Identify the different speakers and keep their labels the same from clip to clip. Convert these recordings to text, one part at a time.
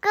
Speaker 1: 哥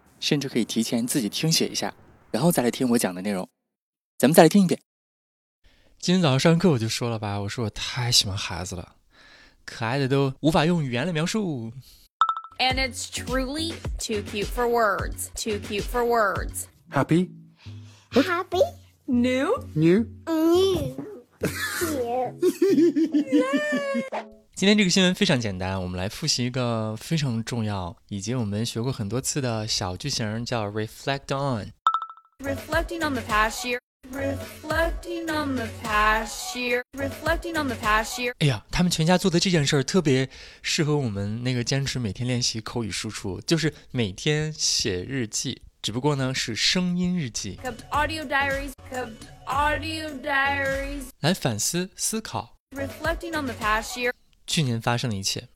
Speaker 2: 甚至可以提前自己听写一下，然后再来听我讲的内容。咱们再来听一遍。
Speaker 3: 今天早上上课我就说了吧，我说我太喜欢孩子了，可爱的都无法用语言来描述。
Speaker 4: And it's truly too cute for words. Too cute for words.
Speaker 5: Happy?
Speaker 1: Happy
Speaker 4: New?
Speaker 5: New?
Speaker 1: new year.
Speaker 3: 今天这个新闻非常简单，我们来复习一个非常重要，以及我们学过很多次的小句型，叫 reflect on。
Speaker 4: Reflecting on the past year. Reflecting on the past year. Reflecting on the past year.
Speaker 3: 哎呀，他们全家做的这件事儿特别适合我们那个坚持每天练习口语输出，就是每天写日记，只不过呢是声音日记，
Speaker 4: Kept audio diaries. Kept audio diaries.
Speaker 3: 来反思思考
Speaker 4: Reflecting on the past year.
Speaker 3: 去年发生的一切。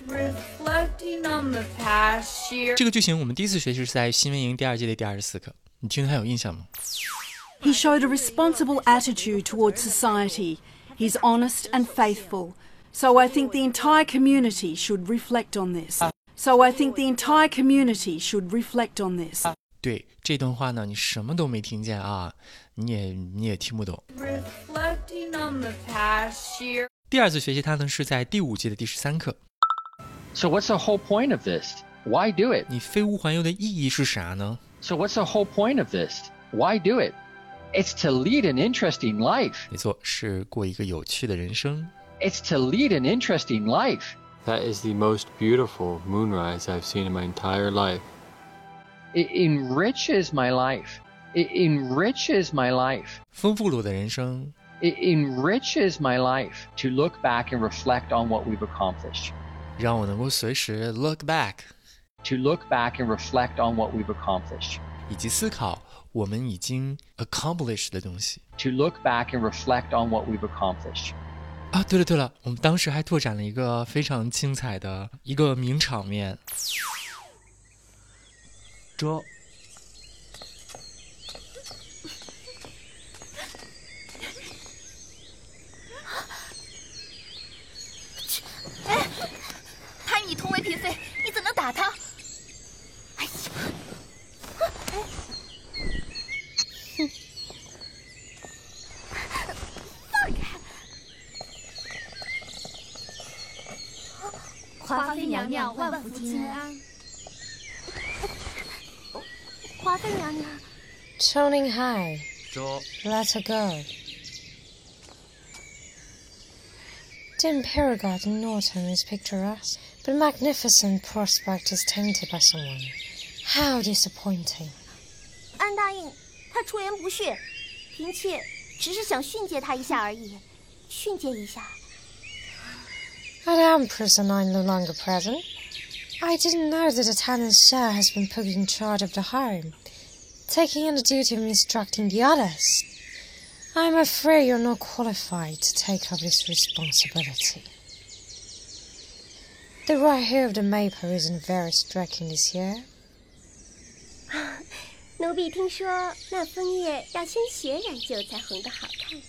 Speaker 4: Reflecting on the past year.
Speaker 3: 这个句型我们第一次学习是在新闻营第二季的第二十四课，你听的还有印象吗？
Speaker 6: He showed a responsible attitude towards society. He's honest and faithful. So I think the entire community should reflect on this. So I think the entire community should reflect on this.
Speaker 3: 对这段话呢，你什么都没听见啊，你也你也听不懂。
Speaker 4: Reflecting on the past year.
Speaker 3: 第二次学习它呢是在第五季的第十三课。
Speaker 7: So what's the whole point of this? Why do it?
Speaker 3: 你飞屋环游的意义是啥呢？
Speaker 7: So what's the whole point of this? Why do it? It's to lead an interesting life.
Speaker 3: 没错，是过一个有趣的人生。
Speaker 7: It's to lead an interesting life.
Speaker 8: That is the most beautiful moonrise I've seen in my entire life.
Speaker 7: It enriches my life. It enriches my life.
Speaker 3: 丰富了我的人生，
Speaker 7: It enriches my life to look back and reflect on what we've accomplished.
Speaker 3: 让我能够随时 look back，
Speaker 7: To look back and reflect on what we've accomplished.
Speaker 3: 以及思考我们已经 accomplished 的东西。
Speaker 7: To look back and reflect on what we've accomplished.
Speaker 3: 啊，对了对了，我们当时还拓展了一个非常精彩的一个名场面。这，
Speaker 9: 他与你同为嫔妃，你怎能打他？
Speaker 1: 哎哎
Speaker 10: 华妃娘娘万福金安。
Speaker 1: 华妃娘娘，
Speaker 11: Toning high,
Speaker 3: 这
Speaker 11: let her go. Dim Perigord in autumn is picturesque, but magnificent prospect is tainted by someone. How disappointing!
Speaker 1: 安答应，她出言不逊，嫔妾只是想训诫她一下而已，训诫一下。
Speaker 11: At Empress and I'm no longer present. I didn't know that a tenant's share has been put in charge of the home, taking on the duty of instructing the others. I'm afraid you're not qualified to take up this responsibility. The right here of the maple isn't very striking this year.
Speaker 1: 奴婢听说那枫叶要先血染釉才红得好看。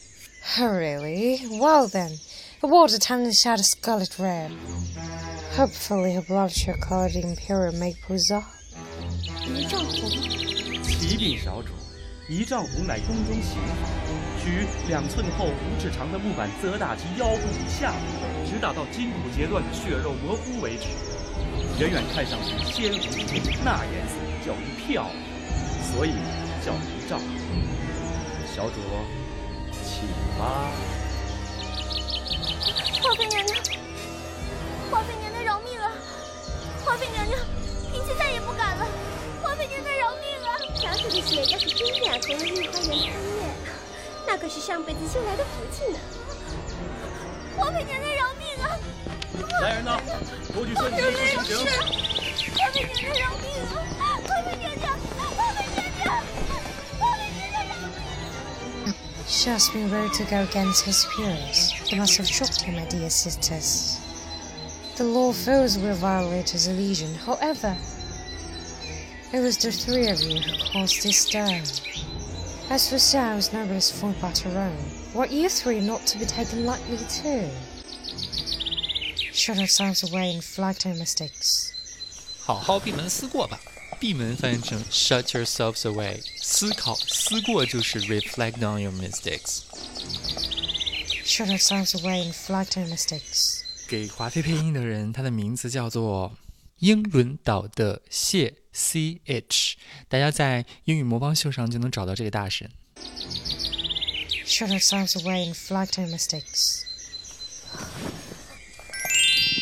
Speaker 11: Oh, really? Well then, award the tenant's share the scarlet red. Hopefully, her blood shall colour the imperial maples up.
Speaker 1: 一丈红，
Speaker 12: 启禀少主，一丈红乃宫中刑法，取两寸厚、五指长的木板责打其腰部以下部，直打到筋骨截断的血肉模糊为止。远远看上去鲜红一片，那颜色叫一漂亮，所以叫一丈红。小主，请吧。
Speaker 1: 华妃娘娘，华妃娘娘饶命啊！华妃娘娘，嫔妾再也不敢了。华妃娘娘饶命啊！小姐的血要是真染红了御花园枫叶，那可是上辈子修来的福气呢。华妃娘娘饶命啊！
Speaker 12: 来人呐，夺取圣旨 行刑。
Speaker 1: 啊华妃娘娘饶命啊！华妃娘娘，华妃娘娘，华啊
Speaker 11: She asked me where to go against his peers. It must have shocked him, my dear sisters. The law foes will violate his legion. However, it was the three of you who caused this stir. As for Sarah's noblest fought but her own, were you three not to be taken lightly too? Shut ourselves away and flagged our mistakes.
Speaker 3: 好好闭门思过吧。闭门翻译成 shut yourselves away，思考思过就是 reflect on your mistakes。
Speaker 11: Shut ourselves away and flagged our mistakes.
Speaker 3: 给华妃配音的人，他的名字叫做英伦岛的谢 C H，大家在英语魔方秀上就能找到这个大神。
Speaker 11: Shut ourselves away and flagged our mistakes.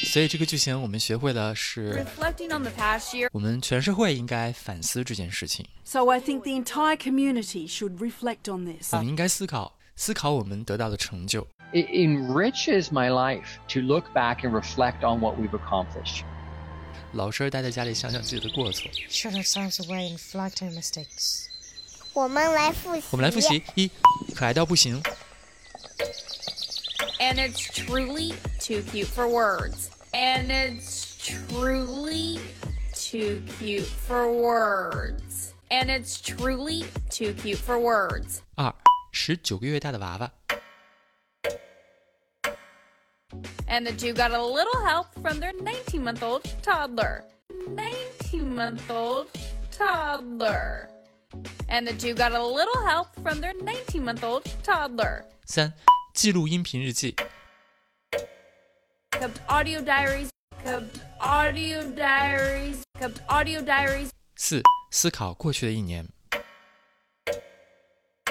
Speaker 3: 所以这个剧情我们学会了是，
Speaker 4: Reflecting on the past year.
Speaker 3: 我们全社会应该反思这件事情，
Speaker 6: So I think the entire community should reflect on this.
Speaker 3: 我们应该思考思考我们得到的成就。
Speaker 7: It enriches my life to look back and reflect on what we've accomplished.
Speaker 3: 老实儿待在家里想想自己的过错。
Speaker 11: Shut ourselves away and flagged our mistakes.
Speaker 10: 我们来复习。
Speaker 3: 我们来复习：一，可爱到不行；
Speaker 4: And it's truly too cute for words. And it's truly too cute for words. And it's truly too cute for words.
Speaker 3: 二，十九个月大的娃娃；
Speaker 4: And the two got a little help from their 19 month old toddler. 19 month old toddler. And the two got a little help from their 19 month old toddler.
Speaker 3: 三，记录音频日记；
Speaker 4: Kept audio diaries. Kept audio diaries. Kept audio diaries.
Speaker 3: 四，思考过去的一年；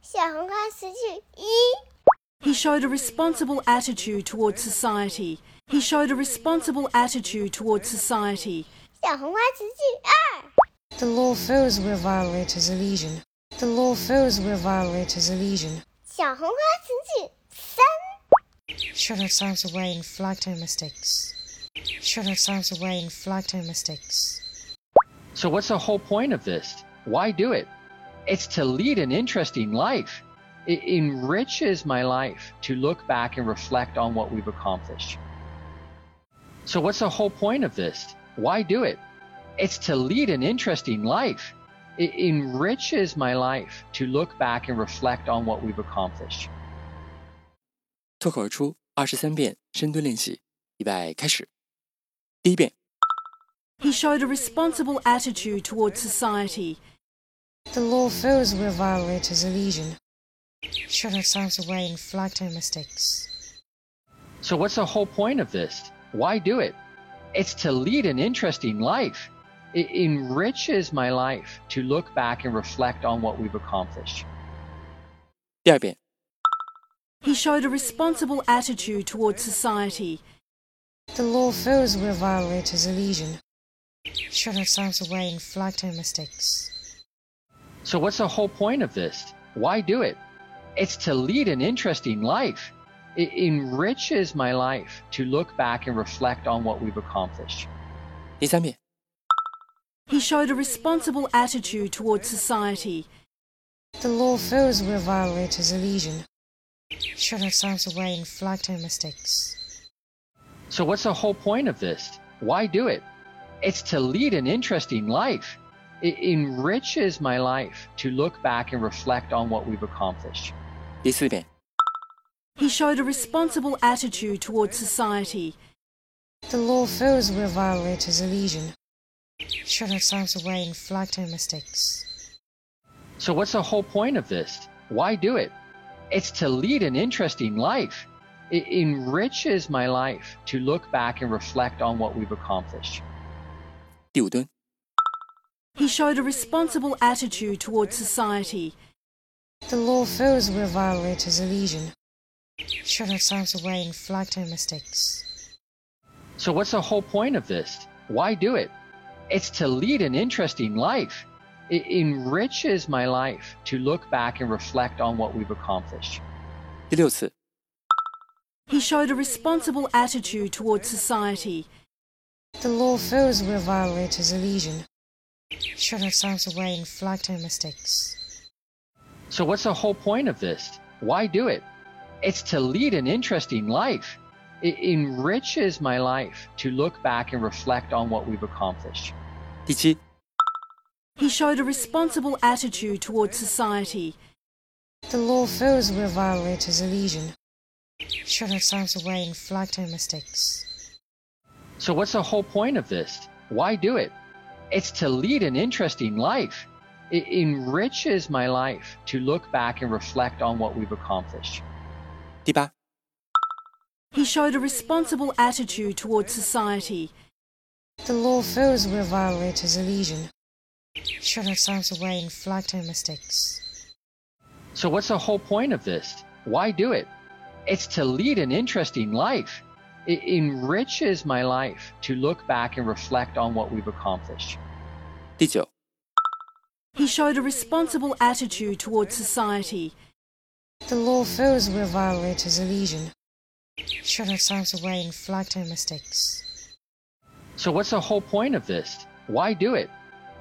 Speaker 10: 小红花词句一，
Speaker 6: He showed a responsible attitude towards society. He showed a responsible attitude towards society.
Speaker 10: 小红花词句二，
Speaker 11: The law foes will violate his legion. The law foes will violate his legion.
Speaker 10: 小红花词句三，
Speaker 11: Shut ourselves away and flagged our mistakes. Shut ourselves away and flagged our mistakes.
Speaker 7: So, what's the whole point of this? Why do it? It's to lead an interesting life. It enriches my life to look back and reflect on what we've accomplished. So, what's the whole point of this? Why do it? It's to lead an interesting life. It enriches my life to look back and reflect on what we've accomplished.
Speaker 2: 脱口而出二十三遍深蹲练习，预备开始。第一遍，
Speaker 6: He showed a responsible attitude towards society.
Speaker 11: The law foes will violate his legion. Shut ourselves away and flagged our mistakes.
Speaker 7: So, what's the whole point of this? Why do it? It's to lead an interesting life. It enriches my life to look back and reflect on what we've accomplished.
Speaker 2: 第二遍，
Speaker 6: He showed a responsible attitude towards society.
Speaker 11: The law foes will violate his legion. Shut ourselves away and flagged our mistakes.
Speaker 7: So, what's the whole point of this? Why do it? It's to lead an interesting life. It enriches my life to look back and reflect on what we've accomplished.
Speaker 2: 第三遍，
Speaker 6: He showed a responsible attitude towards society.
Speaker 11: The law foes will violate his legion. Shut ourselves away and flagged our mistakes.
Speaker 7: So, what's the whole point of this? Why do it? It's to lead an interesting life. It enriches my life to look back and reflect on what we've accomplished.
Speaker 2: 第四遍，
Speaker 6: He showed a responsible attitude towards society.
Speaker 11: The law foes will violate his legion. Shut ourselves away and flagged our mistakes.
Speaker 7: So, what's the whole point of this? Why do it? It's to lead an interesting life. It enriches my life to look back and reflect on what we've accomplished.
Speaker 2: 第五蹲，
Speaker 6: He showed a responsible attitude towards society.
Speaker 11: The law fills with violators a legion. Shut ourselves away and flagged our mistakes.
Speaker 7: So, what's the whole point of this? Why do it? It's to lead an interesting life. It enriches my life to look back and reflect on what we've accomplished.
Speaker 2: 第六次，
Speaker 6: He showed a responsible attitude towards society.
Speaker 11: The law fills with violators a legion. Shut ourselves away and flagged our mistakes.
Speaker 7: So, what's the whole point of this? Why do it? It's to lead an interesting life. It enriches my life to look back and reflect on what we've accomplished.
Speaker 2: 第七、
Speaker 6: He showed a responsible attitude towards society.
Speaker 11: The law fills with violators a legion. Shut ourselves away and flagged our mistakes.
Speaker 7: So, what's the whole point of this? Why do it? It's to lead an interesting life. It enriches my life to look back and reflect on what we've accomplished.
Speaker 2: 第八、
Speaker 6: He showed a responsible attitude towards society.
Speaker 11: The law fills with violators a legion. Shut ourselves away and flagged our mistakes.
Speaker 7: So, what's the whole point of this? Why do it? It's to lead an interesting life. It enriches my life to look back and reflect on what we've accomplished.
Speaker 2: 第九、
Speaker 6: He showed a responsible attitude towards society.
Speaker 11: The law fills with violators a legion. Shut ourselves away and flagged our mistakes.
Speaker 7: So, what's the whole point of this? Why do it?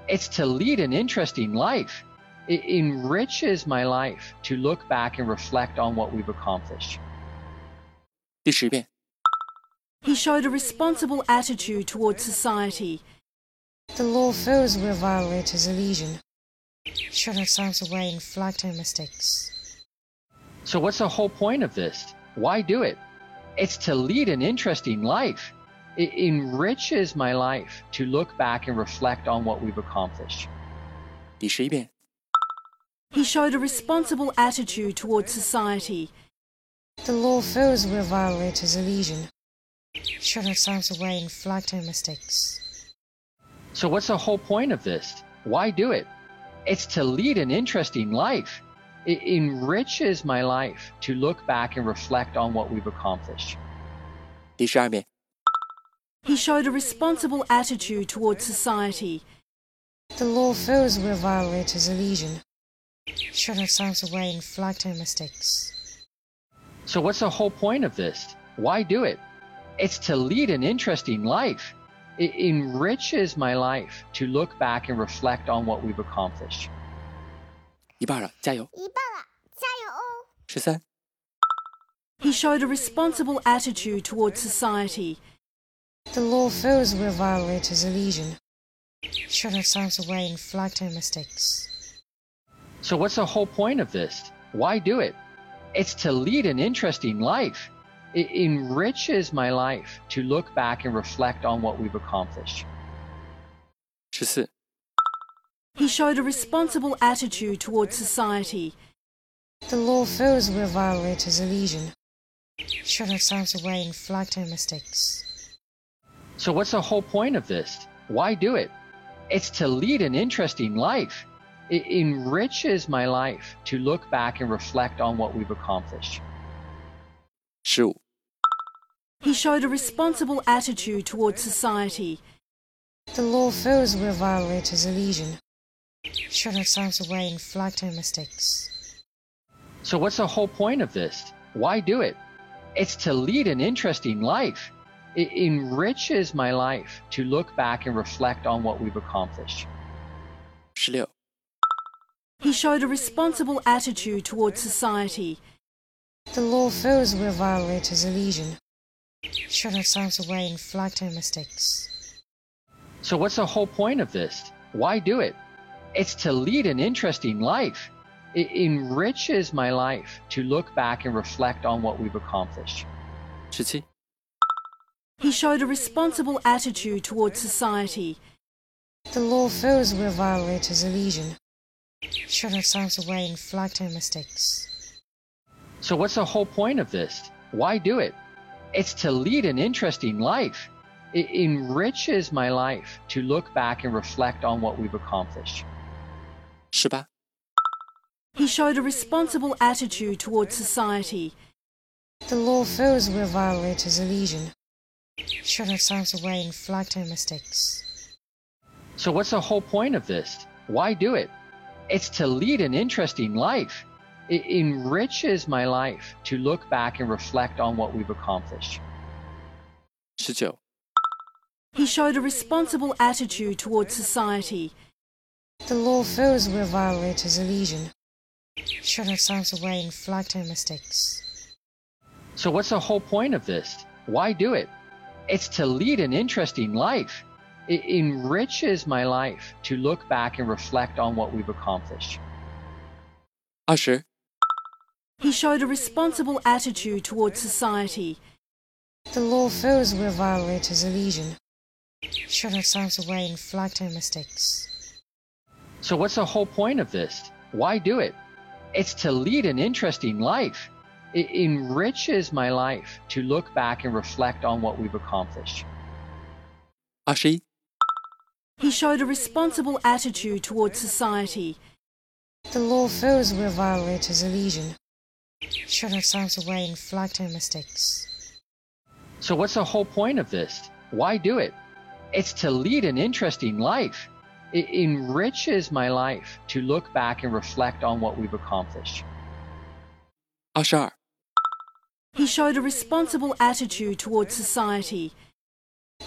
Speaker 7: It's to lead an interesting life. It enriches my life to look back and reflect on what we've accomplished.
Speaker 2: 第十遍，
Speaker 6: He showed a responsible attitude towards society.
Speaker 11: The law fills with violators a legion. Shut ourselves away and flagged our mistakes.
Speaker 7: So, what's the whole point of this? Why do it? It's to lead an interesting life. It enriches my life to look back and reflect on what we've accomplished.
Speaker 2: 第十一遍，
Speaker 6: He showed a responsible attitude towards society.
Speaker 11: The law fills with violators a legion. Shut ourselves away and flagged our mistakes.
Speaker 7: So, what's the whole point of this? Why do it? It's to lead an interesting life. It enriches my life to look back and reflect on what we've accomplished.
Speaker 2: 第十二遍，
Speaker 6: He showed a responsible attitude towards society.
Speaker 11: The law fills with violators a legion. Shut ourselves away and flagged our mistakes.
Speaker 7: So, what's the whole point of this? Why do it? It's to lead an interesting life. It enriches my life to look back and reflect on what we've accomplished.
Speaker 2: 一半了，加油！
Speaker 10: 一半了，加油哦！
Speaker 2: 十三、
Speaker 6: He showed a responsible attitude towards society.
Speaker 11: The law fills with violators a legion. Shut ourselves away and flagged our mistakes.
Speaker 7: So, what's the whole point of this? Why do it? It's to lead an interesting life. It enriches my life to look back and reflect on what we've accomplished.
Speaker 2: 十四、
Speaker 6: He showed a responsible attitude towards society.
Speaker 11: The law fills with violators a legion. Shut ourselves away and flagged our mistakes.
Speaker 7: So, what's the whole point of this? Why do it? It's to lead an interesting life. It enriches my life to look back and reflect on what we've accomplished.
Speaker 2: 十五、
Speaker 6: He showed a responsible attitude towards society.
Speaker 11: The law fills with violators a legion. Shut ourselves away and flagged our mistakes.
Speaker 7: So, what's the whole point of this? Why do it? It's to lead an interesting life. It enriches my life to look back and reflect on what we've accomplished.
Speaker 2: 十六、
Speaker 6: He showed a responsible attitude towards society.
Speaker 11: The law fills with violators a legion. Shut ourselves away and flagged our mistakes.
Speaker 7: So, what's the whole point of this? Why do it? It's to lead an interesting life. It enriches my life to look back and reflect on what we've accomplished.
Speaker 2: 十七、
Speaker 6: He showed a responsible attitude towards society.
Speaker 11: The law fills with violators a legion. Shut ourselves away and flagged our mistakes.
Speaker 7: So, what's the whole point of this? Why do it? It's to lead an interesting life. It enriches my life to look back and reflect on what we've accomplished.
Speaker 2: 十八、
Speaker 6: He showed a responsible attitude towards society.
Speaker 11: The law fills with violators a legion. Shut ourselves away and flagged our mistakes.
Speaker 7: So, what's the whole point of this? Why do it? It's to lead an interesting life. It enriches my life to look back and reflect on what we've accomplished.
Speaker 3: 十九，
Speaker 6: He showed a responsible attitude towards society.
Speaker 11: The law fills with violators a legion. Shut ourselves away and flagged our mistakes.
Speaker 7: So, what's the whole point of this? Why do it? It's to lead an interesting life. It enriches my life to look back and reflect on what we've accomplished.
Speaker 3: 二十，
Speaker 6: He showed a responsible attitude towards society.
Speaker 11: The law fills with violators a legion. Shut ourselves away and flagged our mistakes.
Speaker 7: So, what's the whole point of this? Why do it? It's to lead an interesting life. It enriches my life to look back and reflect on what we've accomplished.
Speaker 3: 二十一，
Speaker 6: He showed a responsible attitude towards society.
Speaker 11: The law fills with violators a legion. Shut ourselves away and flagged our mistakes.
Speaker 7: So, what's the whole point of this? Why do it? It's to lead an interesting life. It enriches my life to look back and reflect on what we've accomplished.
Speaker 3: 二十二，
Speaker 6: He showed a responsible attitude towards society.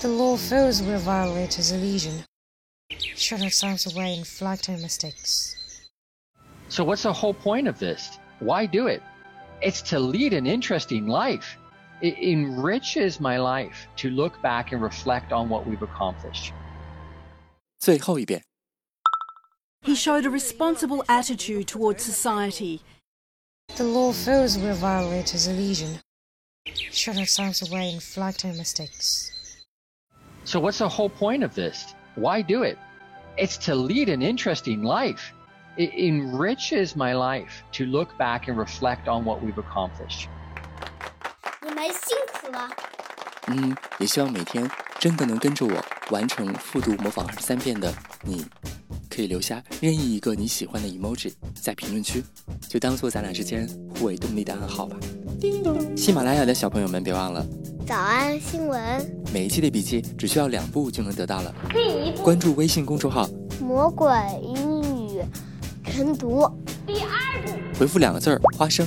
Speaker 11: The law fills with violators a legion. Shut ourselves away and flagged our mistakes.
Speaker 7: So, what's the whole point of this? Why do it? It's to lead an interesting life. It enriches my life to look back and reflect on what we've accomplished.
Speaker 3: 最后一遍。
Speaker 6: He showed a responsible attitude towards society.
Speaker 11: The law fills with violators a legion. Shut ourselves away and flagged our mistakes.
Speaker 7: So, what's the whole point of this? Why do it? It's to lead an interesting life. It enriches my life to look back and reflect on what we've accomplished.
Speaker 10: 哦
Speaker 13: 你们辛苦了。
Speaker 3: 嗯，也希望每天真的能跟着我完成复读模仿二十三遍的你，可以留下任意一个你喜欢的 emoji 在评论区，就当做咱俩之间互为动力的暗号吧。
Speaker 14: 叮咚。
Speaker 3: 喜马拉雅的小朋友们，别忘了
Speaker 1: 早安新闻，
Speaker 3: 每一期的笔记只需要两步就能得到了。
Speaker 1: 可以
Speaker 3: 关注微信公众号，
Speaker 1: 魔鬼英语晨读第二部。
Speaker 3: 回复两个字儿“花生”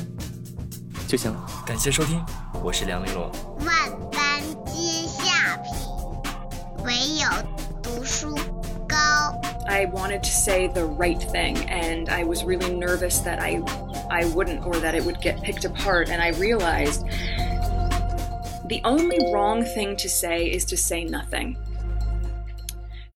Speaker 3: 就行了。感谢收听，我是梁丽罗。
Speaker 1: 万般皆下品，唯有读书高。
Speaker 12: I wanted to say the right thing, and I was really nervous that I, I wouldn't, or that it would get picked apart. And I realized the only wrong thing to say is to say nothing.